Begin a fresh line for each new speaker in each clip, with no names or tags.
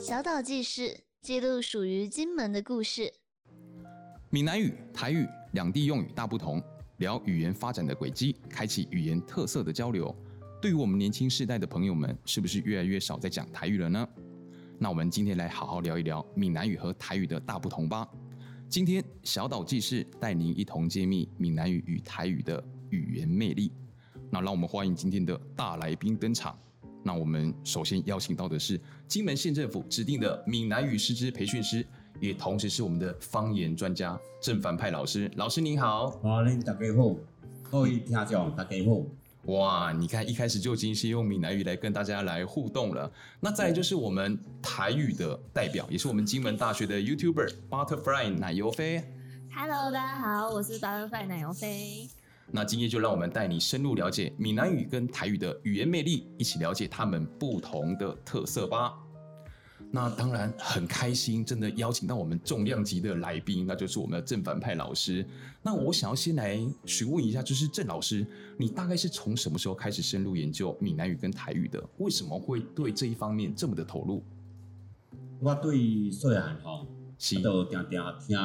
小岛记事记录属于金门的故事。
闽南语、台语两地用语大不同，聊语言发展的轨迹，开启语言特色的交流。对于我们年轻世代的朋友们，是不是越来越少在讲台语了呢？那我们今天来好好聊一聊闽南语和台语的大不同吧。今天小岛纪事带您一同揭秘闽南语与台语的语言魅力。那让我们欢迎今天的大来宾登场。那我们首先邀请到的是金门县政府指定的闽南语师资培训师，也同时是我们的方言专家郑凡派老师。老师您好，
好，哦恁大家好，各位听众大家好。
哇，你看一开始就已经是用闽南语来跟大家来互动了。那再来就是我们台语的代表，也是我们金门大学的 YouTuber Butterfly 奶油飞。
Hello，大家好，我是八分饭奶油飞。
那今天就让我们带你深入了解闽南语跟台语的语言魅力，一起了解他们不同的特色吧。那当然很开心，真的邀请到我们重量级的来宾，那就是我们的正反派老师。那我想要先来询问一下，就是郑老师，你大概是从什么时候开始深入研究闽南语跟台语的？为什么会对这一方面这么的投入？
我对细汉吼，
是
都常常听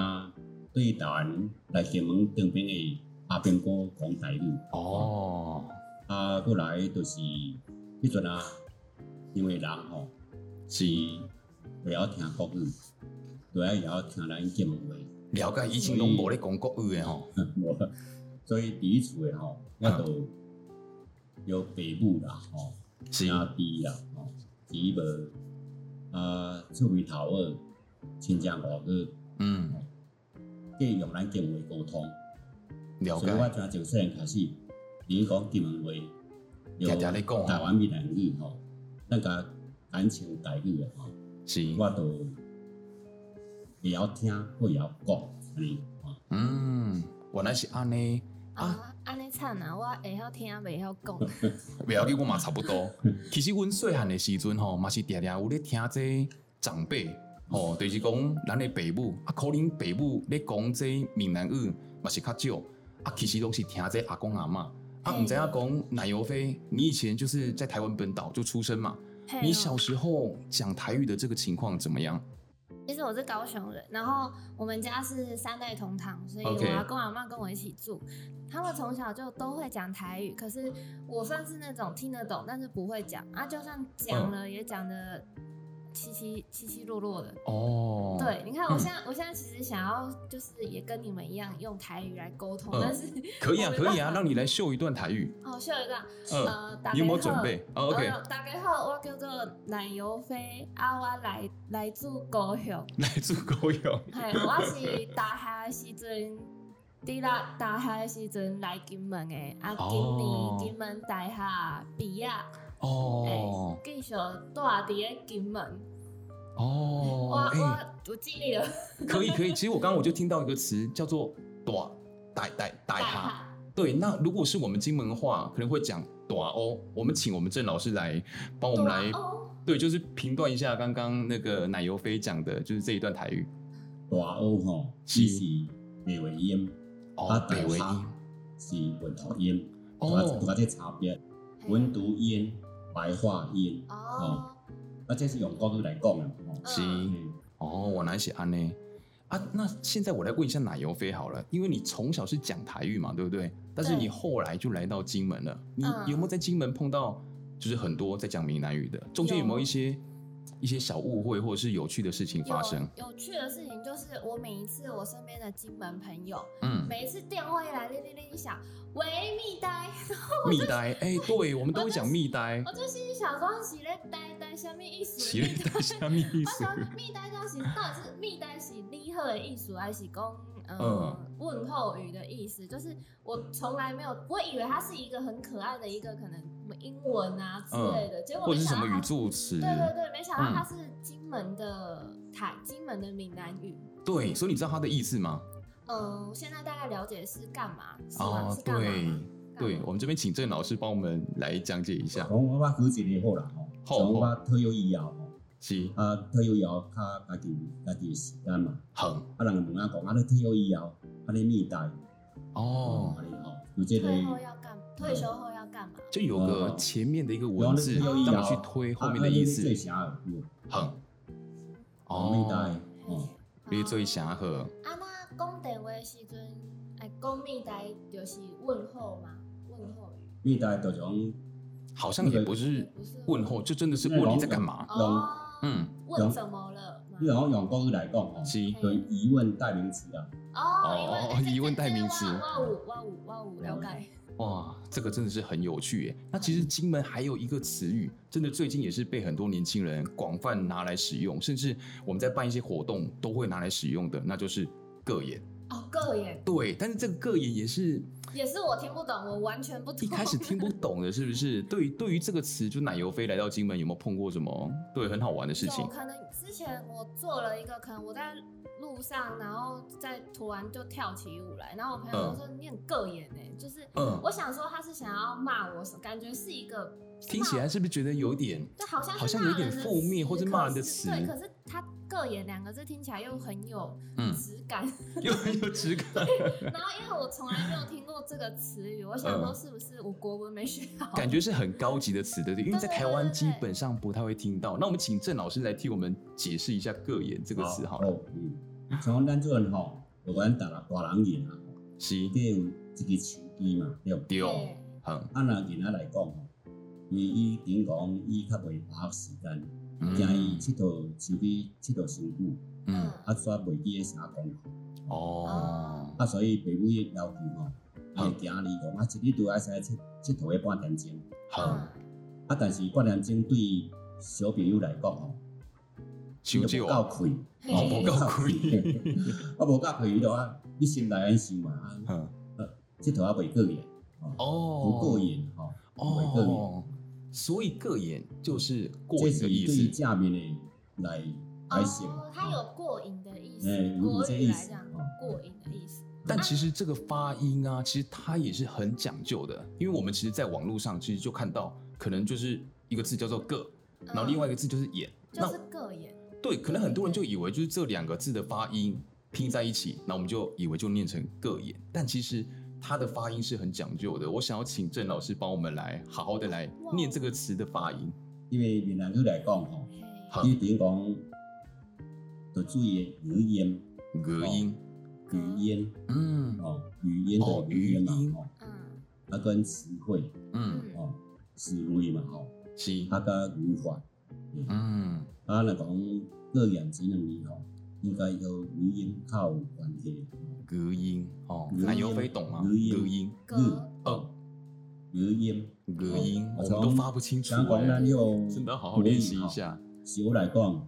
对台湾来金门当兵的阿兵哥讲台语，
哦，
啊，过来就是迄阵啊，因为人吼
是
袂晓听国语，就爱会晓听咱金门话，
了解以前拢无咧讲国语的吼，
我所以第一次的吼，我就有爸母啦吼，
是
兄弟啦吼，姊妹啊，厝边头尾亲戚五个。
嗯，
皆用咱金门话沟通，
了
所以我
解，
从从细汉开始，你讲金门话，
常常咧讲哦
台湾闽南语吼，咱甲感情台语啊吼，
是，
我都会晓听，会晓讲，安尼吼，
嗯，原来是安尼。
啊，安尼惨啊，我会晓听，袂晓 讲。
袂要紧，我嘛差不多。其实阮细汉的时阵吼，嘛是常常有咧听这长辈吼，就是讲咱的爸母啊，可能爸母咧讲这闽南语嘛是较少啊，其实拢是听这阿公阿嬷啊，
嘿
毋知影讲奶油飞，你以前就是在台湾本岛就出生嘛，
嘿哦
你小时候讲台语的这个情况怎么样？
其实我是高雄人，然后我们家是三代同堂，所以
OK
我阿公阿妈跟我一起住。他们从小就都会讲台语，可是我算是那种听得懂，但是不会讲啊。就算讲了，
嗯
也讲的稀稀稀稀落落的。
哦，
对，你看我
嗯
现在，我现在其实想要就是也跟你们一样用台语来沟通，
嗯
但是
可以啊，
我没办
可
法
以啊，让你来秀一段台语，
哦，秀一个
嗯，
呃，大
你有没有
家好
准备？哦？OK，
呃大家好，我叫做奶油飞，啊，我来来自高雄，
来自高雄，
嘿，我是大学的时阵，伫啦大学的时阵来金门的，啊，今
哦
年金门大学毕业，
哦
诶，继续住伫咧金门，我
哦，哎。
我我尽力了，
可以可以，其实我刚刚我就听到一个词叫做“短带带带哈”，对。那如果是我们金门话，可能会讲“短哦”。我们请我们郑老师来帮我
大
们来，
学哦，
对，就是评断一下刚刚那个奶油飞讲的，就是这一段台语
大澳吼，
是
伊是白话音，
哦
啊，
北维
大
音
哈是文头音，大
哦
大啊这差别，
嘿
文读音、白话音，
哦，
啊，这是用国语来讲的吼。
是
嗯
嗯
哦，原来是安呢啊。那现在我来问一下奶油飞好了，因为你从小是讲台语嘛，对不对？但是
对
你后来就来到金门了，你
嗯
有没有在金门碰到就是很多在讲闽南语的？中间有没有
有
一些一些小误会或者是有趣的事情发生？
有有趣的事情就是，我每一次我身边的金门朋友，
嗯，
每一次电话一来，铃铃铃一响，喂，蜜呆，
蜜呆，哎、 对，我们都会讲蜜呆，
我就心里想说，是咧呆呆，什么意思？
奇了呆下蜜意
我
思。
想蜜呆到底是到底是蜜呆是厉害的意思，还是讲呃、
嗯
问候语的意思？就是我从来没有，我以为它是一个很可爱的一个可能什么英文啊之类的，结果
嗯或
没
者是什
想到
么语
它。
助词？
对对对，没想到
嗯
它是金门的台，金门的闽南语。
对所以你知道它的意思吗？
嗯，我现在大概了解是干嘛，是玩、
哦
是，干嘛
对
嘛？
对，
干嘛
我们这边请郑老师帮我们来讲解一下。
哦
讲我我举一个好啦吼，
好
从我退休以后吼，
是
啊退休以后较家己家己的时间嘛，
很
啊人就问我讲，啊你退休以后，啊你面带
哦，
安尼吼，有这个
退后要干，退休后要干嘛？
就有个
哦啊
前面的一个文字，让你去推后面的意思
最。想要有
很
红米带，
嘿
哦，
你最祥和，
啊，那讲电话的时阵，哎，讲面台就是问候嘛，问候语。
米带就是讲
好像也不是问候，就真的是问你在干嘛。
哦，
嗯，
问怎么了嘛？
你讲用国语来讲吼，
是
就是疑问代名词啊。
哦，
哦疑问代名词嗯
哇五哇五哇五，了解。
哇，这个真的是很有趣耶。那其实金门还有一个词语，真的最近也是被很多年轻人广泛拿来使用，甚至我们在办一些活动都会拿来使用的，那就是各言。
哦，个眼
对，但是这个各言也是
也是我听不懂，我完全 不懂。
一开始听不懂的，是不是？对于对于这个词，就奶油飞来到金门，有没有碰过什么对很好玩的事情
有？可能之前我做了一个，可能我在路上，然后在突然就跳起舞来，然后我朋友就说你很个眼哎、就是
嗯
我，想说他是想要骂我，感觉是一个
听起来是不是觉得有点
就好像是
好像
骂
有点
人的
负面
词
或是
可
骂人的
是
词
对，可是他个眼两个字听起来又很有
嗯
质感，
又很有质 感？
然后因为我从来没有听过这个词语，我想说
嗯
是不是我国文没学好？
感觉是很高级的词，对不对？因为在台湾基本上不太会听到。那我们请郑老师来替我们解释一下“各言”这
这
个词好了。
嗯，像讲咱做人吼，有咱大人大人人啊，
是
伊底有一个手机嘛，对不？
丢，
对
很
啊，若囡仔来讲吼，因为伊等于讲伊较袂把握时间，惊伊佚佗手机佚佗伤久，
嗯
啊，煞袂记咧啥讲好，
嗯
哦
啊，所以爸母伊要求吼，伊会
嗯
惊你讲啊，一日都爱使佚佚佗个半点钟，
嗯
很
啊，但是半点钟对小朋友来讲吼，
求救
伊就无够开，
哦不够开
嘿， 啊，无够开伊就啊，你心内安想嘛，啊，
嗯
佚佗啊袂过瘾，哦，
哦
不过瘾吼，袂过瘾。
哦，所以“各言”就是过
这
瘾
是
的
对
意
于
思。
正面的来来想
哦，，它有过瘾的意思
哎，有
国
这
语
意
来
思
讲
哦，
过瘾的意思。
但其实这个发音啊，其实它也是很讲究的，因为我们其实，在网络上其实就看到，可能就是一个字叫做“各”，然后另外一个字就是“眼”。
嗯就
那
是个眼，
对，可能很多人就以为就是这两个字的发音拼在一起，那我们就以为就念成各眼，但其实它的发音是很讲究的。我想要请郑老师帮我们来好好的来
哇
念这个词的发音。
因为闽南语来讲吼，
好
你等于讲，就注意语音、
隔音，
语音
嗯
哦，语音的语音嘛
哦语音
哦，
嗯
啊跟词汇
嗯，
嗯，
哦，词汇嘛吼，
是，
啊甲语法，
嗯
啊若讲各言之两字吼，应该有语音较有关系，
隔音哦，
隔音
奶油飞懂吗？
隔音
隔音，
歌
哦，
语音，
隔音，
哦
我们都发不清楚
想讲
欸，
咱有
真的要好好练习一下。
是我来讲，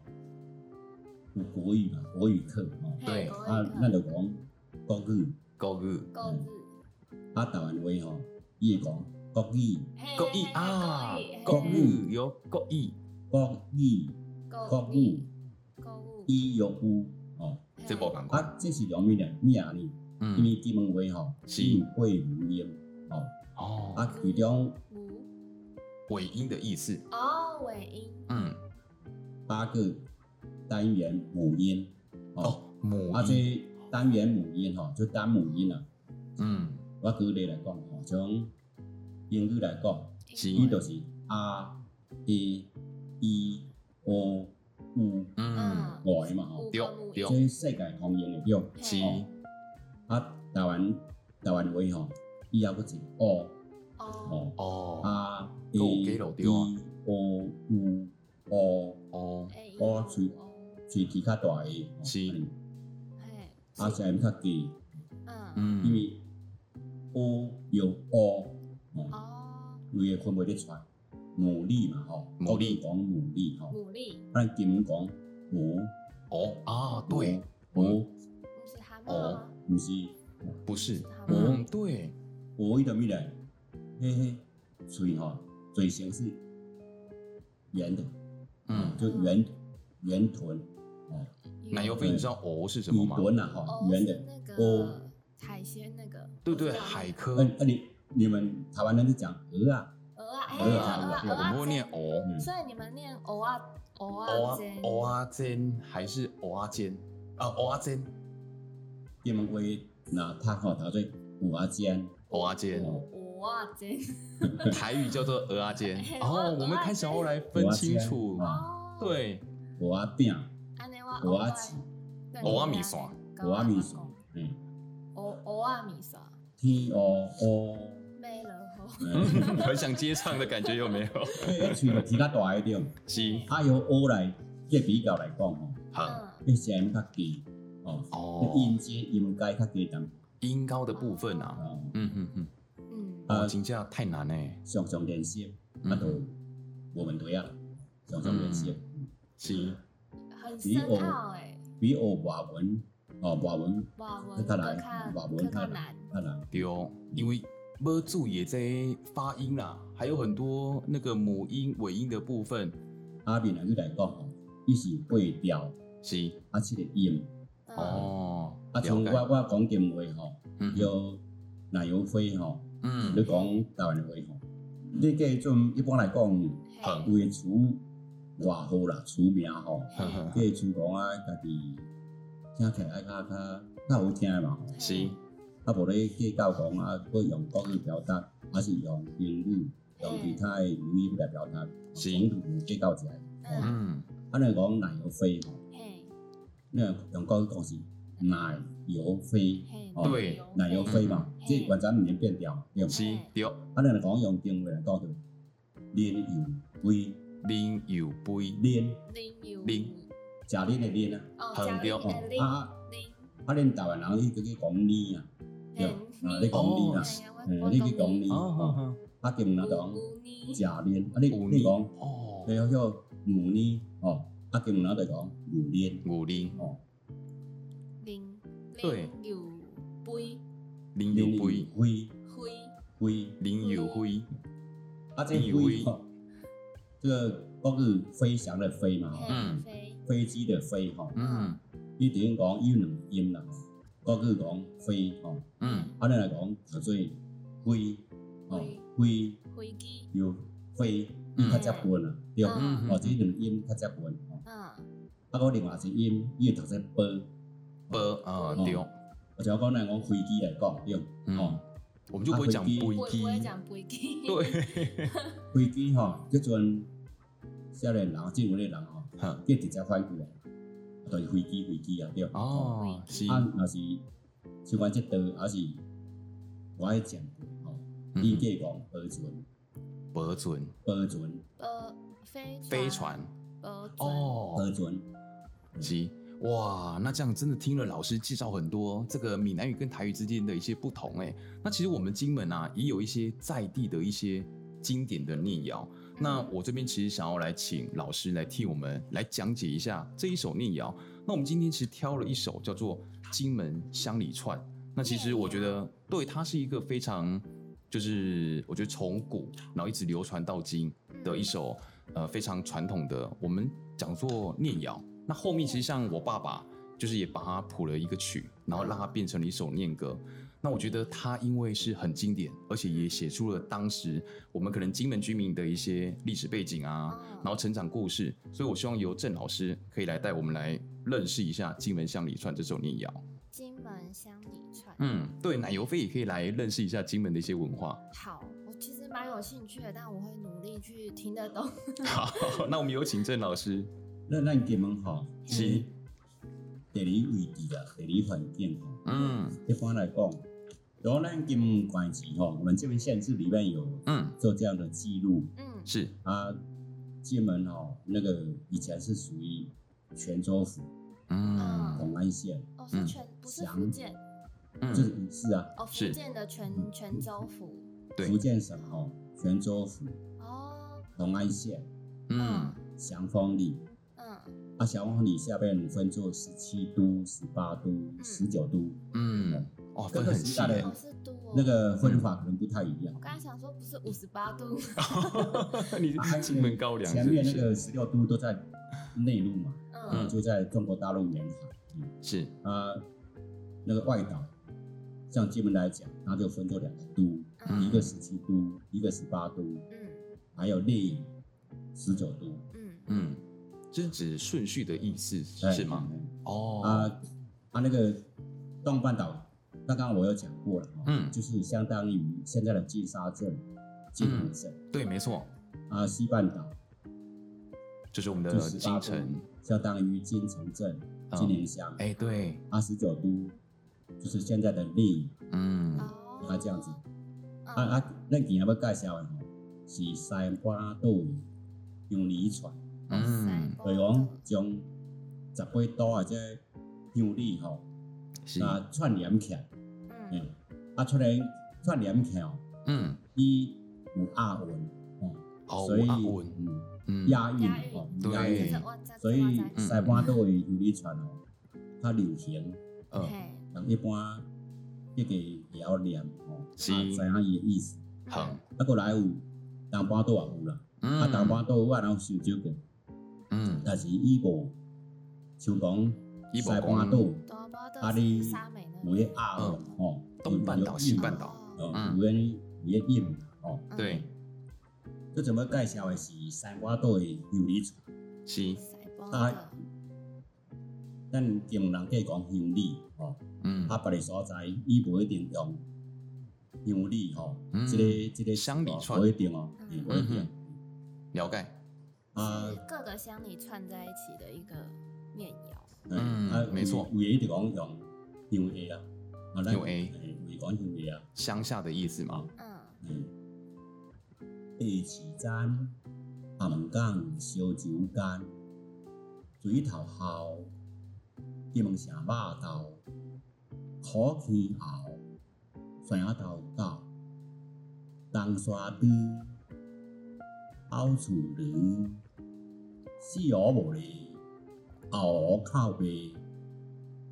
有国语嘛，国语课哦，
嗯对
啊
啊，，咱就讲国语，
高歌
狗字，
啊，台湾话吼，伊会讲国语、
嘿
国语啊，
哎国
国
国
语，嗯
语有国语，
国语、
国
国语、
国语，
伊有有哦，
这波赶快，
啊，这是两面两面啊哩，因
嗯，
为金门话吼，
是
伊有八母音哦，
哦，
啊，其中
五
尾音的意思，
哦尾音，
嗯。
八个单元母音
哦
哦，，
母
啊，
音，
这单元母音吼，就单母音啊，
嗯，
我举例来讲吼，从英语来讲。
是
伊就是啊、e、e、o、u
嗯，
嗯，
五个嘛吼，
五个母音
对
这世界通用的叫
是
哦啊台湾台湾话吼，伊也佫是 o
哦
哦
哦
啊
还
e
有几落对啊
e o u o
哦，
哎
哦嘴
哦
喙齿较大个，哦
是
安尼
嘿，
啊声音较低，
嗯
嗯，
因为 o 有 o 哦，
哦
有个分袂得出来，母力嘛吼，
母力
国语讲母力吼。
牡蛎，
咱金门讲无
哦啊，对，
无
不是蛤蟆
哦
吗？，
毋是
不是
好，
嗯，对，
无伊就咪来，嘿嘿，喙吼嘴型是圆的，
嗯，
就圆圆臀哦，
奶油飞，你知道哦是什么
底
吗？
臀呐啊
哦
吼，圆
是
的。
那个
哦
海鲜那个，
对对，
不知道
海
那个
科，
那那你你们台湾人是讲鹅啊，
鹅啊，哎，
鹅
鹅
啊
啊，
鹅
鹅
我
啊，
们会念哦，
嗯，
所以你们念蚵啊，蚵
哦
啊
啊
煎，
哦啊煎还是哦啊煎啊哦啊煎
金门话那它吼叫做五啊尖，
哦啊煎，
蚵啊煎，
台语叫做鹅啊煎
嘿，
哦
蚵，仔
我们开始要来分清楚
蚵仔煎，
哦，
对，
五啊饼，
安尼我
蚵
啊，
仔翅，
对
蚵仔米线，
蚵仔米线，嘿，
蚵蚵啊仔米线，
天乌乌，
没了吼，
嗯， 很想接唱的感觉有没有？
迄喙就提较大迄种，
是，
啊，由乌来计比较来讲哦吼，
好，
迄声音较低，哦，迄
哦，
音阶音阶较低淡
音高的部分啊，
哦，
嗯嗯嗯，
嗯
啊，
啊
真正太难嘞，
常常练习，啊，
嗯
就无问题啊，常常练习，
是，
嗯，很哎深奥诶，
比学外文，哦，外文啊
哇，我
较难
看
外文
较
较
难，
较难。
对哦，因为没注意这发音啦，还有很多那个母音、尾音的部分，
啊，闽南语来讲吼，伊是有八调
是，
啊，七个音。
嗯
哦，
啊，像我
了解，
我讲金话吼，
嗯
有奶油灰吼，
嗯
你讲台湾的话吼，你计阵一般来讲，
很
有的词外号啦，词名哦吼，
呵呵
计词讲啊，家己听起来较较较好听的嘛吼。
是，
啊，无咧计较讲啊，要用国语表达，还是用英语、用其他的语言来表达，
是
讲就有计较一下。
嗯
嗯，
啊，你讲奶油灰吼。
嘿，
那用国语讲是奶油飞，
嘿，
哦
对
奶油飞嘛，
嗯
这原咱毋免变调，对毋？
是，对，
啊，咱若讲用中话来讲就奶油飞，
零有杯，
奶
零有
零
食奶的奶啊，
哦，
很
加
对
零
哦
诶零
啊啊
零，
啊，恁台湾人伊叫去讲奶啊，对，
嘿
啊，你讲
哦
奶啊，嗯
嘿我我
你去讲
懂
奶，
哦好
哦
好，
啊，金门人讲
有你
食奶，啊，你
五
你
零，
讲，
哦，
你叫母奶，哦，啊，金门人就讲母奶，
五零
哦，
零
对
零有杯
零
奶
有
油
杯，
飞
灰
飞。
零有灰，
啊，这个飞哈，这个都是飞翔的飞嘛，吼
嗯
嘿飞
飞机的飞哈，
嗯
你等于讲有两音啦，国语讲飞吼，
嗯，
啊，咱来讲叫做飞，吼飞
灰机，
就飞，伊较接近啊，对，
嗯
嗯
哦，这两音较接近吼，
嗯
啊，我另外一音，伊会读做飞，
波啊，对，
我像讲咱讲飞机来讲，对，
嗯
哦，，
我们就不会讲
啊飞机
杯
我
机
不，会讲灰机，
对，
飞机吼，即阵少年人、正文的人吼，
哼
计直接翻过来，就是飞机飞机啊，对，
哦，是，
啊，若是像阮即道，还啊是我爱讲吼，
嗯
伊计讲飞船，
波准
飞船，
呃飞
飞船，
呃
哦，
飞船，
及哇，那这样真的听了老师介绍很多这个闽南语跟台语之间的一些不同哎。那其实我们金门啊也有一些在地的一些经典的念谣。那
嗯
啊我这边其实想要来请老师来替我们来讲解一下这一首念谣。那我们今天其实挑了一首叫做《金门乡里串》。那其实我觉得对它是一个非常，就是我觉得从古然后一直流传到今，的一首呃非常传统的，我们讲做念谣。那后面其实像我爸爸，就是也把它谱了一个曲，然后让它变成了一首念歌。那我觉得它因为是很经典，而且也写出了当时我们可能金门居民的一些历史背景啊，
嗯
然后成长故事。所以我希望由郑老师可以来带我们来认识一下《金门乡里串》这首念谣。
金门乡里串，
嗯，对，奶油飞也可以来认识一下金门的一些文 化。
好，我其实蛮有兴趣的，但我会努力去听得懂。
好，那我们有请郑老师。
咱咱金门吼，
是，
地理位置啦，地理环境吼，
嗯
一般来讲，如果咱金门关系吼，我们这边县志里面有
嗯，
做这样的记录
嗯
是，
啊，金门吼那个以前是属于泉州府
嗯。
同安县，
哦
嗯
是泉不是福
祥
建
嗯，
就是是啊，
哦福
是
建的泉泉州府
对
福建省吼泉州府
哦
同安县
嗯
祥丰里。
嗯
啊，小王里下面分作十七都、十八都、十九都，
嗯，哦，分很细耶，
哦是都哦
那个分法可能不太一样
我。刚才想说不是五十八度
你
啊还
嗯
有
金门高粱
前
是不
面那
是？
个十六都都在内陆嘛，
嗯
就在中国大陆沿海。嗯
是，
啊，那个外岛，像金门来讲，它就分作两个都，
嗯
一个十七都，一个十八都，
嗯
还有内营十九都，
嗯
嗯，就是指顺序的意思
哎
是吗？？
啊
哦，
啊，那个东半岛，刚刚我有讲过了，哦
嗯
就是相当于现在的金沙镇、金门镇、
对，没错，
啊，西半岛
这是我嗯们的
就是
京
八
城
部，相当于金城镇、
嗯
金陵乡、
哎，对，
二十九都，就是现在的丽。
嗯，
哦，
啊这样子
嗯，
啊啊，咱今天要介绍的吼，是西瓜岛用梨船，
哇塞
嗯
哦
就是讲将十八岛啊这乡里吼，
是，
啊串联起来，
嗯，
嗯，啊出来串联起来哦，
嗯，
伊有押韵，哦，
好，
所以
阿文，
嗯，
啊嗯，
押韵
押韵
哦，
对
押
就
韵
是
嗯，
哇塞，
所以
哇
嗯
塞
西瓜岛的乡里传哦，较流行。
呃，
嘿
人一般这个也要念吼，啊，
是
知影伊的意思。
很，
啊，过来有东半岛也有啦，
嗯，
啊，东半岛我也有收少过，
嗯，
但是伊无像讲
伊无
西
讲
半岛
多巴豆
啊你
沙美呢？
有迄鸭文吼，
哦东半岛、西半岛，
有
哦，
嗯
有迄有迄印吼。
嗯
对，
这怎么介绍的是西半岛的游里船，
是，
塞波
啊
的，
咱经人计讲乡里吼，
嗯，
啊，别个所在伊无一定用乡里吼
嗯，
即个即个
乡里
哦
串
无一定哦，嘿无一
嗯
定。
了解，
啊
是，各个乡里串在一起的一个面谣。
嗯
啊
没错
有有的就讲用用 A 啊，啊，咱
用 A
嘿有的讲用 A 啊，
乡下的意思嘛，
嗯，
嗯，第市站暗港烧酒间，水头后，金门城码头，苦气后，山仔头到，东沙猪，后厝驴，四湖无哩，后湖靠背，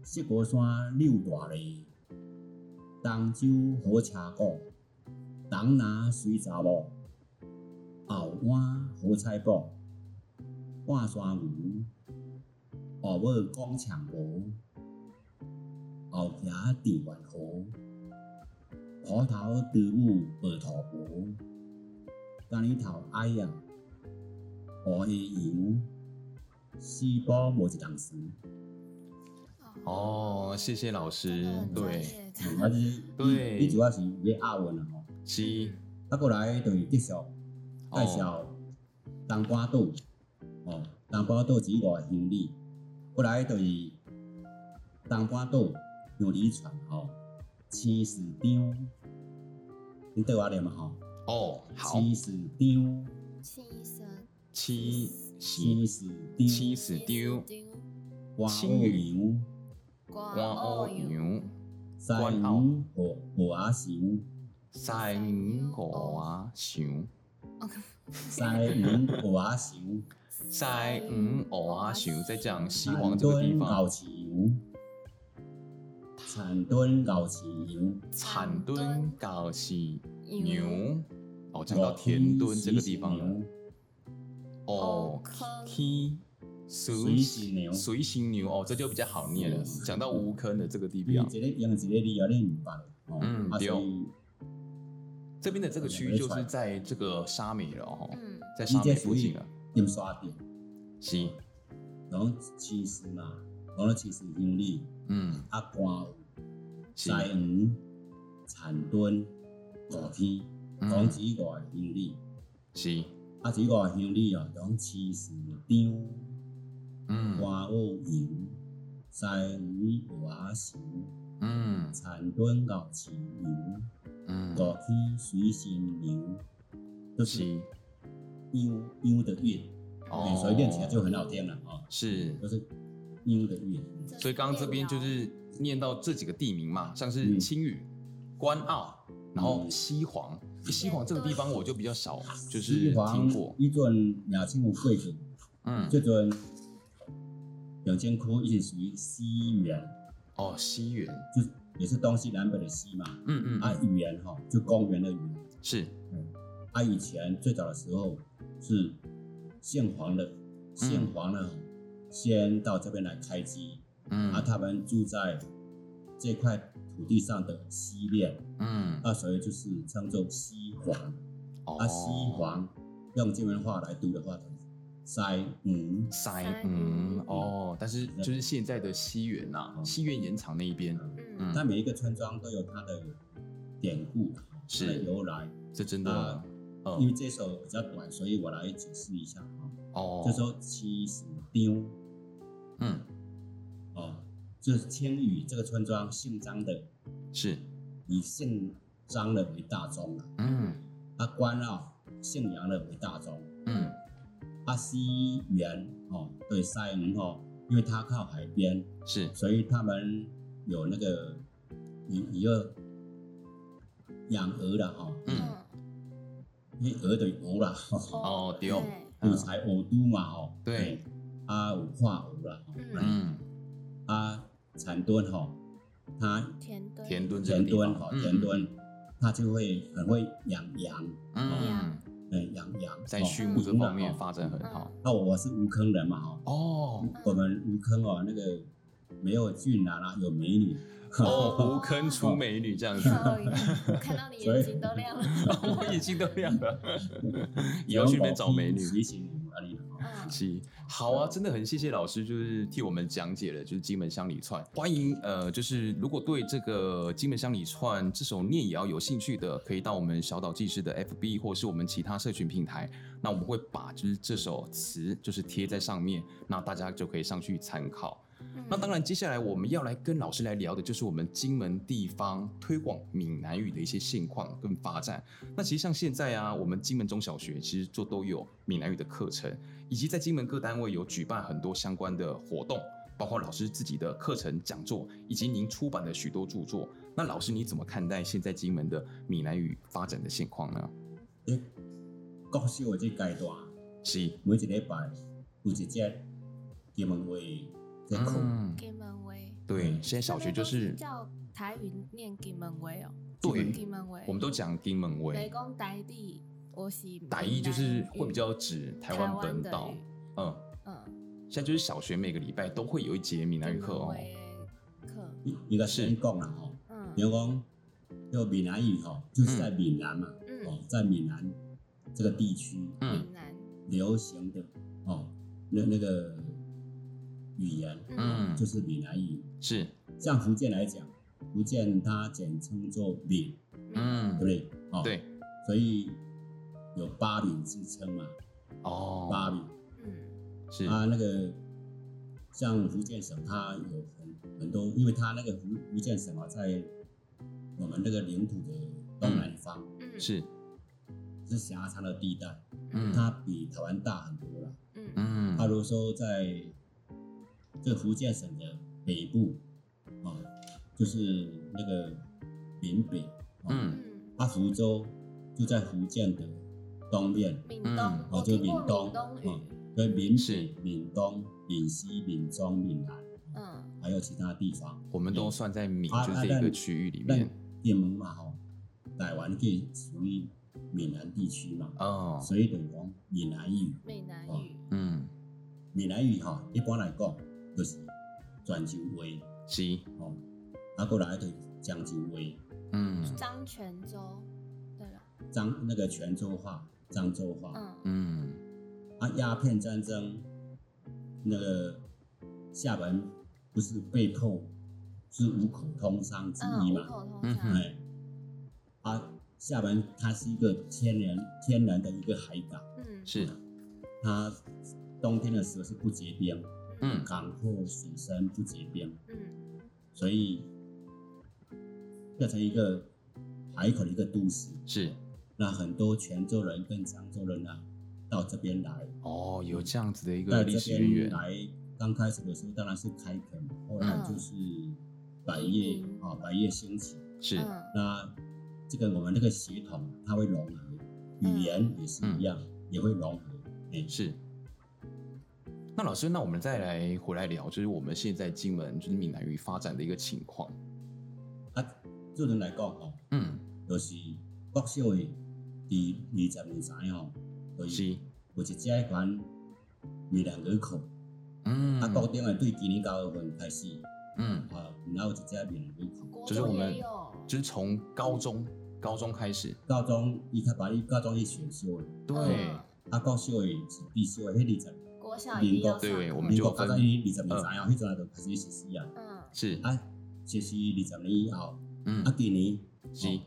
石鼓山六大哩，东洲好车股。东南水查某，后湾好菜脯，半山牛，后尾广场舞，后埕地元河，虎头猪母白头鹅，干里头矮啊，乌的羊，四波无一人事，
哦，谢谢老
真
师
的
嗯
很，
对，
啊这
专业，
是
对
你主要是有咧押韵啊吼，
是，
啊过来就是继续。
哦
介绍东半岛，哦，东半岛只外乡里，过来就是东半岛乡里传吼，青市哦张，你对我念嘛吼？
哦，好，
青市张，
七声
七喜
青市
七
张，
死丢，
瓜
青
澳羊，
瓜
瓜欧
欧油，
牛，
西哦
关
牛
澳
河河阿祥，
塞牛狗啊熊，
西啊牛河阿祥，
塞牛狗啊熊，在讲 西王
田
这个地
墩熬
方，
饲羊，田墩熬饲羊。
产墩搞西
牛
牛，哦，讲到田墩这个地方了，哦
哦坑
，k
水行牛
随行牛哦，这就比较好念了。
是
讲到无坑的这个地
因为
标，
一
嗯
个用一个理由你唔捌的，哦
嗯
啊
对
所以
这边的这个区域就是在这个沙美了哦，
嗯，
在
你
沙美
这
附
属
近啊
于
了，
印刷店，
是，
然后七十嘛，然后七十乡里
嗯，
啊瓜西
是，
园、田墩、五天，讲
嗯，
几个乡里，
是，
啊几个乡里哦，讲七十张、
嗯，
瓜澳营、西园外城、
嗯，
田墩到市营、
嗯，
五天水新牛，就是
是，
音音的乐。
哦
对，所以练起来就很好听了啊，
是，
就是英的语言。
所以刚刚这边就是念到这几个地名嘛，像是
嗯
青屿、关澳，然后
嗯
西黄，西黄这个地方我就比较少，就是
西
听
黄
过，
以前亚青有贵族，
嗯，
这阵两千区一直属于西元，
哦，西园，
就是也是东西南北的西嘛。
嗯嗯
啊
嗯，，
语言哈，就公元的语言。
是，
啊，以前最早的时候是姓黄的，姓黄的先到这边来开基，啊，
嗯
他们住在这块土地上的西面，
嗯，
啊，所以就是称作西黄。
哦，
啊，西黄用金门话来读的话，西嗯，
塞
塞
嗯
嗯
哦，但是就是现在的西园呐、
嗯
西园盐场那一边，
嗯
嗯，
那每一个村庄都有它的典故，
是
它的由来。
这真的
啊，
嗯
因为这首比较短，所以我来解释一下啊。
哦，
就说七十张
嗯，
哦，就是千羽这个村庄姓张的，
是，
以姓张的为大宗啊，
嗯
啊关绕姓杨的为大宗，
嗯
啊西园哦，对塞恩哦，因为它靠海边，
是，
所以他们有那个一一个养鹅的哈、哦，
嗯
因为鹅等于鹅啦，吼、
哦对
对，
嗯
有才鹅都嘛吼、哦，
对
嘿，啊有画鹅啦，吼
嗯，
嗯，
啊产墩吼、它
田墩，
田墩这个
田
地方
墩，哈，
嗯
田墩，它就会很会养羊，
嗯，
嗯，养羊，
在
哦
畜牧这
牛啊
方面
哦
发展很好。
那我是吴坑人嘛，哈，
哦
嗯
我们吴坑哦，那个没有俊男啊，有美女，
哦，无坑出美女这样子，
哦我看到你眼睛都亮了，
我眼睛都亮了，
嗯
以后去那边找美女。
随行啊，你好，
嗯
是，好啊，真的很谢谢老师，就是替我们讲解了，就是金门乡里串。欢迎，呃，就是如果对这个金门乡里串这首念谣有兴趣的，可以到我们小岛纪事的 FB 或是我们其他社群平台，那我们会把就是这首词就是贴在上面，那大家就可以上去参考。
嗯
那当然，接下来我们要来跟老师来聊的就是我们金门地方推广闽南语的一些现况跟发展。那其实像现在啊，我们金门中小学其实就都有闽南语的课程，以及在金门各单位有举办很多相关的活动，包括老师自己的课程讲座，以及您出版的许多著作。那老师你怎么看待现在金门的闽南语发展的现况呢？
诶，国小的这阶段，
是，
每一礼拜有一节金门话在课，
嗯，
金门威，
对，现在小学就
那边
是
都叫台语念金门威哦，
对
金门威，
我们都讲金门话。
雷公台地，我是
打一就是会比较指台
台
湾
湾
本
的
岛
语，
嗯，
嗯，
现在就是小学每个礼拜都会有一节闽南语课哦，
课，
你你个先讲啦吼，
嗯
比如讲，就闽南语吼，就是在闽南嘛，哦
嗯，，
在闽南这个地区，
嗯
闽南，
流行的哦，那那个语言
嗯
嗯，
就是闽南语。
是，
像福建来讲，福建它简称作闽，对不
嗯，
对？哦，，
对，
所以有八闽之称嘛，
哦，
八闽
嗯
是，
啊，那个像福建省它有很很多，因为它那个福福建省啊，在我们那个领土的东南方、
嗯，
啊
是，
是狭长的地带，
嗯
它比台湾大很多了。
嗯
嗯
他如果说在这福建省的北部啊，就是那个闽北，啊，
嗯
嗯，
啊，福州就在福建的东面，
闽
嗯
东，
哦
我
就是
听过
闽东嗯
闽东语，
所以闽
是
北、闽东、闽西、闽中、闽南，
嗯
还有其他地方。
我们都算在闽
啊
就是
啊
这个
但
区域里
那
面，
滇门嘛吼，台湾计属于闽南地区嘛，
哦，
所以等于讲闽南语。
闽南
哦
语，
嗯，
闽南语吼，一般来讲就是泉州话。
是，
哦，啊，过来就是漳州话、
嗯
漳泉州，对了，
漳那个泉州话、漳州话、
嗯
嗯
啊，鸦片战争那个厦门不是被扣是五口通商之
嗯，
一
五
嘛？
口通
嗯
商，
哎、啊，厦门它是一个天然天然的一个海港，
嗯
是，
它冬天的时候是不结冰，
嗯
港口水深不结冰，
嗯
所以变成一个海口的一个都市。
是，
那很多泉州人跟漳州人啊，到这边来，
哦，有这样子的一
到
个历
这
史渊
边
源，
来，刚开始的时候当然是开垦，后来就是
嗯
百
移
业
民
啊、百业兴起。
是，
嗯
那这个我们这个血统它会融合，
嗯
语言也是一样，也会融合。哎、
是。那老师，那我们再来回来聊，就是我们现在金门就是闽南语发展的一个情况。
啊，做人来讲哦，
嗯，
就是国小的第二十年前哦，就是
是，
有一节款闽南语课，
嗯，
啊，高中的对今年九月份开始。
嗯，
啊，然后有一节闽南语课，
国
就是我
中
们
也有
就是从高中高中开始，
高中伊较把伊高中伊选修的，
对，
嗯
啊，国小的是必修的，迄二十，
国小一定要上
对
课
我们
民
就
国高中伊二十年
嗯
前啊，迄阵啊就开始实施啊，
嗯
是，
啊，实施二十年以后，
嗯
啊，今年
是
哦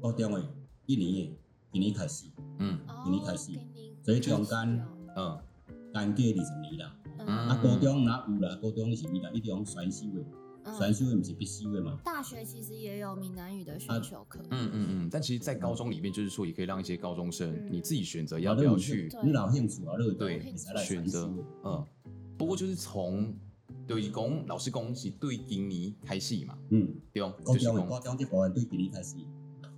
高中的一年的，今年开始，
嗯
哦
明年开始
今年
所以中间
开始哦
嗯，
间隔二十年啦。
嗯
啊，高中哪有啦？高中是咪啦？一种选修的，选
嗯，
修的毋是必修的嘛？
大学其实也有闽南语的
啊
选修课，
嗯嗯嗯，但其实，在高中里面，就是说，也可以让一些高中生
嗯
你自己选择
啊
要不
你
要
有
去
对
你若有兴趣啊，你就
对
会使来
选
选
择
修。
嗯，不过就是从就是讲老师讲是对今年开始嘛，
嗯，
对哦，
高
就是
中的
讲
高中这部分对地理开始，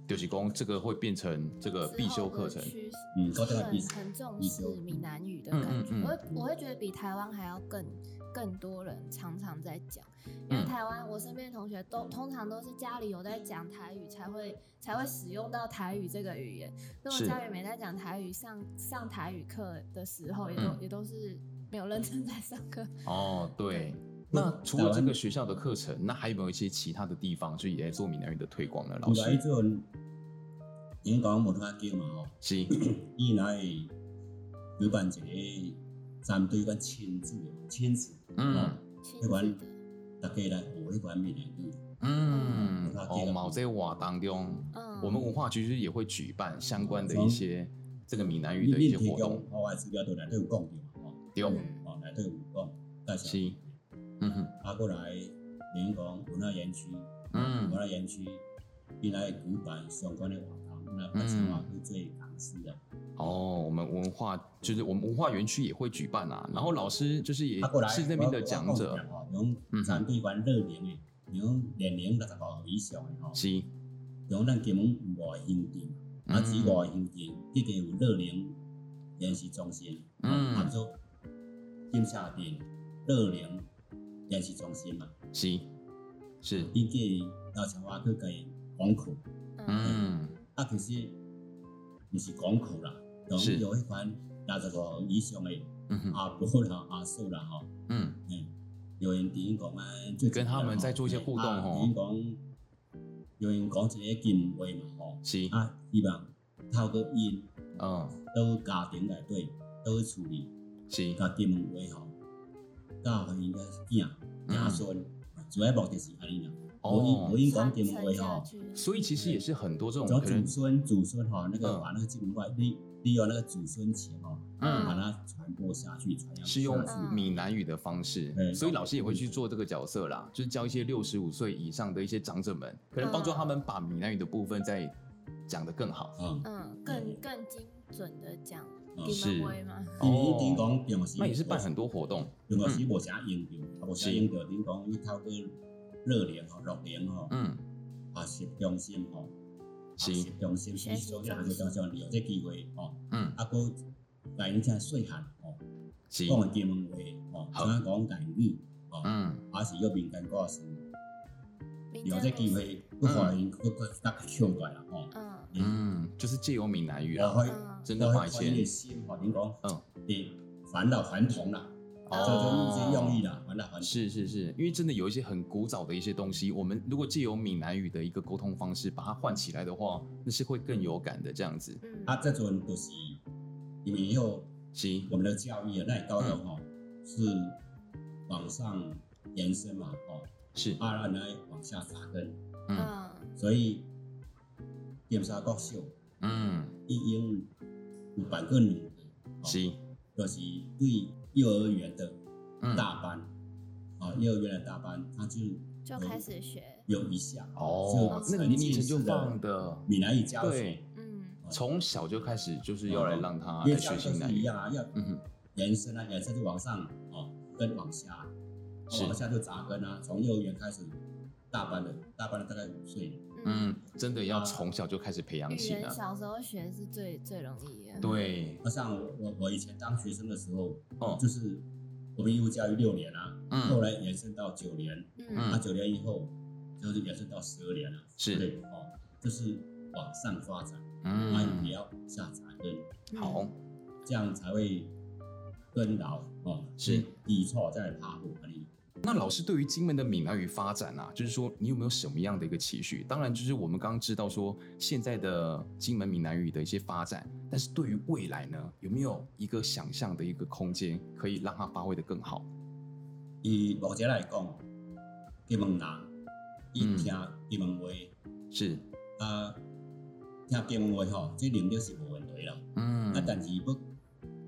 就是讲这个会变成这个必修课程
之后的趋势
嗯，高中的必
很
修。
很重
必
视
修
闽南语的
嗯
感觉，
嗯嗯
我会我会觉得比台湾还要更更多人常常在讲，因为
嗯
台湾我身边的同学都通常都是家里有在讲台语才会才会使用到台语这个语言，如果
是
家里没在讲台语，上上台语课的时候也都、
嗯
也都是没有认真在上 课，
哦，对
对。
那除了这
台湾
个学校的课程，那还有没有一些其他的地方就也在做闽南语的推广呢？老
有来迄
师，
阵，因讲无通经嘛吼，
是，
伊来举办一个针对阮亲子的亲子，
嗯
亲
台
子
湾
的，
大家来学迄款闽南语。
嗯
嗯，
哦，毛在瓦当中，
嗯，
我们文化局就是也会举办相关的一些这个闽南语
你
的一
你
些
嗯提
活
供
动，
我外资料都内底有讲着嘛吼，
对，
嗯
哦内底有讲介
是
绍。
嗯哼，
啊，过来连讲文化园区，文
嗯
化园区伊来举办相关的活动，
嗯
那本身话去做尝试啊。
哦，我们文化就是我们文化园区也会举办啊，然后老师就是也
啊，过来
是那边的讲者，
吼，用针对阮热龄的，用年龄六十五以上的吼，
是，
用咱金门有五个乡镇，
嗯
啊，只五个乡镇，这个有热龄研习中心，
嗯
啊，做金沙镇热龄研习中心嘛，
是是，
伊计到像我去甲伊讲课。
嗯
嗯
啊，其实毋是讲课啦，就是是有迄款六十五以上的
嗯哼
阿伯啦、阿叔啦吼，
嗯，
嗯，有人伫因讲啊，最
跟他们在做一些互动吼
因啊讲有人讲一个金话嘛吼，
是，
啊，希望透过因
嗯
到家庭内底到处理，
是，
甲金话吼，教互因个囝、
嗯
子孙，啊主要目的是安尼啦，无因
哦
无，因讲
传
金
承
话
下
吼。
去，
所以其实也是很多这种
只要
哦可能
祖，孙祖孙哈，那个
嗯
把那个基本文化利利用那个祖孙情哦，把
嗯，
它传播下去，传扬
是用
下去
嗯
闽南语的方式，
嗯
所以老师也会去做这个角色啦，就是教一些六十五岁以上的一些长者们，可能帮助他们把闽南语的部分再讲得更好。
嗯，
嗯，更更精准的讲
嗯
金
是
门威吗？
因为一定讲中国是，
哦那也是办很嗯多活动，
中国是无啥用着，啊无啥用着，你讲你透过热联吼、热联吼、
嗯，
学习中心吼、
是
学习中心、学习中心、学习中心利用这机会吼，
嗯，
啊个甲因遮细汉吼，
是，
讲的金门话
好
吼，怎讲台语吼，
嗯，
还是要民间故事，
民
利用这
间故
机
事，
会，不互因个个搭跳过来啦吼。
嗯
嗯，就是借由闽南语
然
啦，
后
嗯。
真的
然
把
后
以
穿越
前
新法庭讲，
嗯哦
嗯，你返老还童啦，这就一些用意啦，返老还童。
是是是，因为真的有一些很古早的一些东西，我们如果借由闽南语的一个沟通方式把它换起来的话，那是会更有感的这样子。
嗯
啊，这阵就是因为以后
是，
我们的教育啊，那高
嗯
中哈是往上延伸嘛，哦，
是，
啊，然来往下扎根，
嗯
嗯
所以点沙国小
嗯，
已经有办过两个，哦
是，
就是对幼儿园的
嗯，
大班，啊，幼儿园的大班，他就
就开始学，
有一项
哦，那个年龄层就放的，
闽南语教
对
学，
嗯
从小就开始就是要来让他
嗯
来
因为教
学习
育都
闽南
是一
语。
样啊，要
嗯哼，
延伸啊，延伸就往上哦，跟往下，啊
是
往下就扎根啊，从幼儿园开始，大班的，大班的大概五岁，
嗯，真的要从小就开始培养
语
起
言
呢。
嗯小时候学是最最容易的，
对，
那像我我我以前当学生的时候，
哦
就，是我们义务教育六年啊，
嗯，
后来延伸到九年，啊
嗯
嗯
那九年以后就是延伸到十二年了，
是
对哦，就是往上发展，那
嗯
也，要往下扎根。
好，
这样才会更牢哦，
是
底错再爬虎而已。
那老师对于金门的闽南语发展啊，就是说你有没有什么样的一个期许？当然，就是我们刚刚知道说现在的金门闽南语的一些发展，但是对于未来呢，有没有一个想象的一个空间，可以让它发挥的更好？
以目前来讲，金门人
嗯
伊听金门话，
是，
啊，听金门话吼，这能力是无问题啦。
嗯
啊，但是要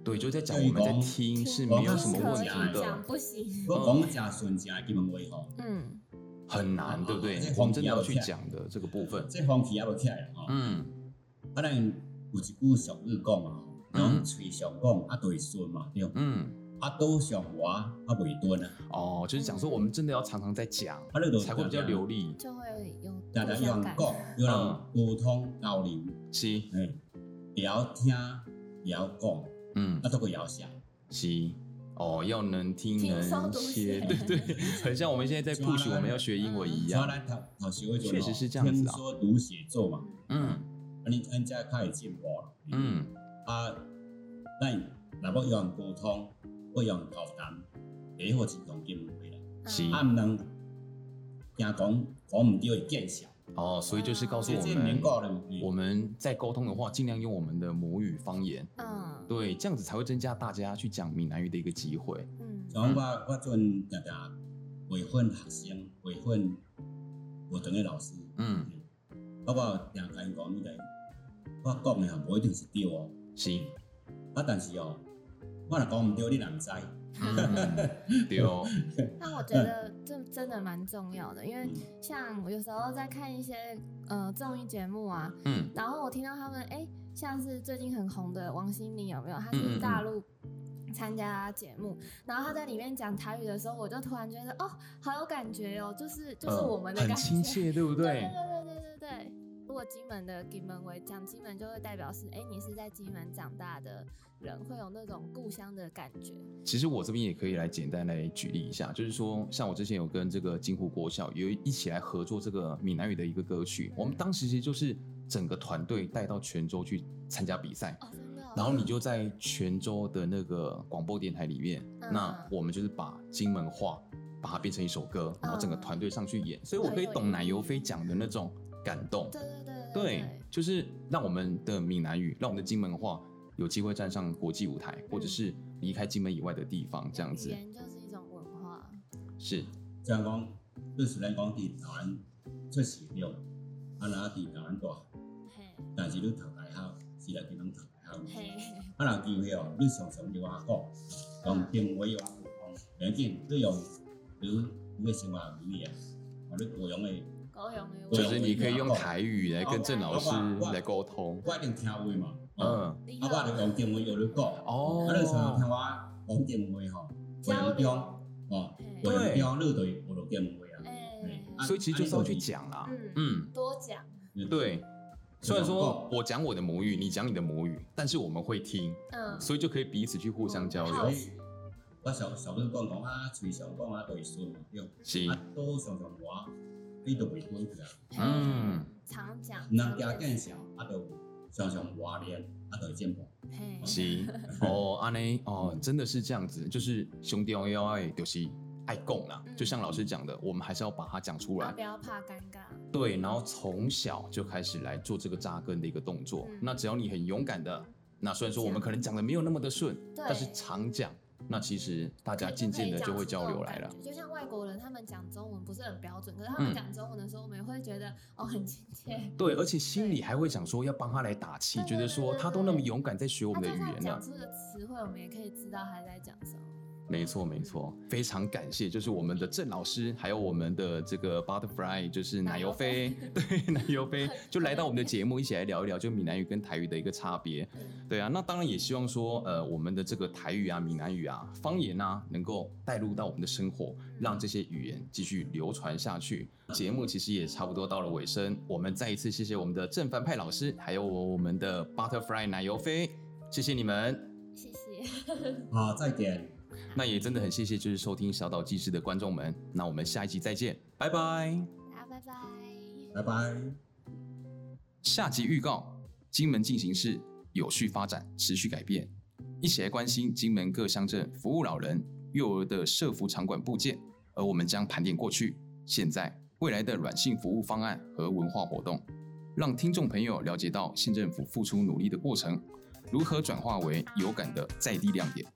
对，就在讲我们在听
听
嗯是
不
没有什么
可
问
以
题
讲
的，
不行。
我讲假顺假基本为吼，
嗯，
很难，对不对
啊这？
我们真的要去讲的这个部分，
这风气也落起来了吼。
嗯
啊，咱有一句俗语讲啊，用嘴上讲啊，就会顺嘛，对。
嗯，
啊，刀上话啊，袂蹲啊，
哦，就是讲说我们真的要常常在讲
啊，你就，
才会比较流利。嗯
就会有
常
互
常有
相
人
感
讲，有人沟通交流，
是，
嘿，会晓听，会晓讲，
嗯
啊，，都会晓写。
是。哦，要能听
听说
能
读
写，
写
对对，很像我们现在在
抓
push 我们要学英文一样
像。咱头头哦学会
确实是这样子啊
听说读写作嘛，
嗯
啊，你按这较会进步啦。，
嗯，
啊，咱若要用沟通，要用交谈，第一好是用进步啦。
行
嗯
啊，毋通惊讲讲毋对会见笑，
哦，所以就是告诉
所以
我
这免
们，
讲了。嘿
我们在沟通的话，尽量用我们的母语方言，
嗯
对，这样子才会增加大家去讲闽南语的一个机会。
嗯
像我我阵常常培训学生，培训学堂的老师，
嗯，
啊，我常甲因讲迄个，我讲的也无一定是对哦，
是，
啊，但是哦，我若讲毋对，你若毋知，
嗯，对哦，
那我觉得这真的蛮重要的，
嗯
因为
嗯
像我有时候在看一些呃综艺节目啊，
嗯，
然后我听到他们哎、诶像是最近很红的王心凌有没有？她
嗯嗯嗯
是大陆参加节目，然后她在里面讲台语的时候，我就突然觉得哦，好有感觉哦，就是就是我们的
呃很
感
亲
觉，
切，对不
对
对？
对对对对对。如果金门的金门为讲金门，就会代表是哎、诶你是在金门长大的人，会有那种故乡的感觉。
其实我这边也可以来简单来举例一下，就是说，像我之前有跟这个金湖国校有一起来合作这个闽南语的一个歌曲，我们当时其实就是整个团队带到泉州去参加比赛，
哦，真的哦、
然后你就在泉州的那个广播电台里面，
嗯
那我们就是把金门话把它变成一首歌，然后整个
嗯
团队上去演，所以我可以懂奶油飞讲的那种感动。
对对对
对，就是让我们的闽南语，让我们的金门话有机会站上国际舞台，或者是离开金门以外的地方，这样
语
子
言就是一种文化。
是
即讲就是咱讲伫台湾出世了，啊，若伫台湾大，
嘿，
但是你读大学是来地方读大学。
嘿，
啊，若机会哦，你常常要我讲，用定位用沟通，要紧，你用你你的生活语言，啊，你培养的，
高雄的
就
对
是你可以用台语来跟郑老师
哦我
来沟通，
我一定听话嘛，哦，
嗯，
你
啊，我就用定位用你讲，啊，你常常听
哦，
我讲定位吼，
交
文章
流，
哦，文章你
嘿
就会学到定位啊，
哎，
啊
嗯所以其实就是要去讲啦，嗯，
多讲，
对。虽然说
嗯
我讲我的母语，你讲你的母语，但是我们会听，
嗯，
所以就可以彼此去互相交
所
流。
以我常常讲讲啊，嘴上讲啊，对顺嘛，对，
是，
啊，多常常话，你就袂讲去啊。
嗯，
常讲，
人家见小，啊，就常常活练，啊，就会进步。
嘿，
是 哦，安尼哦，真的是这样子，就是兄弟要爱就是爱共啦，
嗯
就像老师讲的，我们还是要把它讲出
然后
来
不，要怕尴尬，
对，然后从小就开始来做这个扎根的一个动作
嗯。
那只要你很勇敢的，那虽然说我们可能讲的没有那么的顺，
对
但是常讲，那其实大家渐渐的就会交流来了。。嗯
就像外国人他们讲中文不是很标准，可是他们讲中文的时候，我们也会觉得哦很亲 切。
对，而且心里还会想说要帮他来打气，
对
觉得说
对对
他都那么勇敢在学我
他
们的语
就算
言了
讲。出的词汇，我们也可以知道他在讲什么。
没错，没错，非常感谢，就是我们的郑老师，还有我们的这个 Butterfly，就是奶油飞， 对，奶油飞就来到我们的节目，一起来聊一聊，就闽南语跟台语的一个差别。对啊，那当然也希望说，呃，我们的这个台语啊、闽南语啊、方言啊，能够带入到我们的生活，让这些语言继续流传下去。节目其实也差不多到了尾声，我们再一次谢谢我们的正反派老师，还有我们的 Butterfly 奶油飞，谢谢你们。
谢谢，
好，再见。
那也真的很谢谢，就是收听小岛纪事的观众们。那我们下一集再见，拜拜。
大家
拜
拜拜。
拜。
下集预告：金门进行式有序发展，持续改变，一起来关心金门各乡镇服务老人、幼儿的社服场馆部件，而我们将盘点过去、现在、未来的软性服务方案和文化活动，让听众朋友了解到县政府付出努力的过程，如何转化为有感的在地亮点。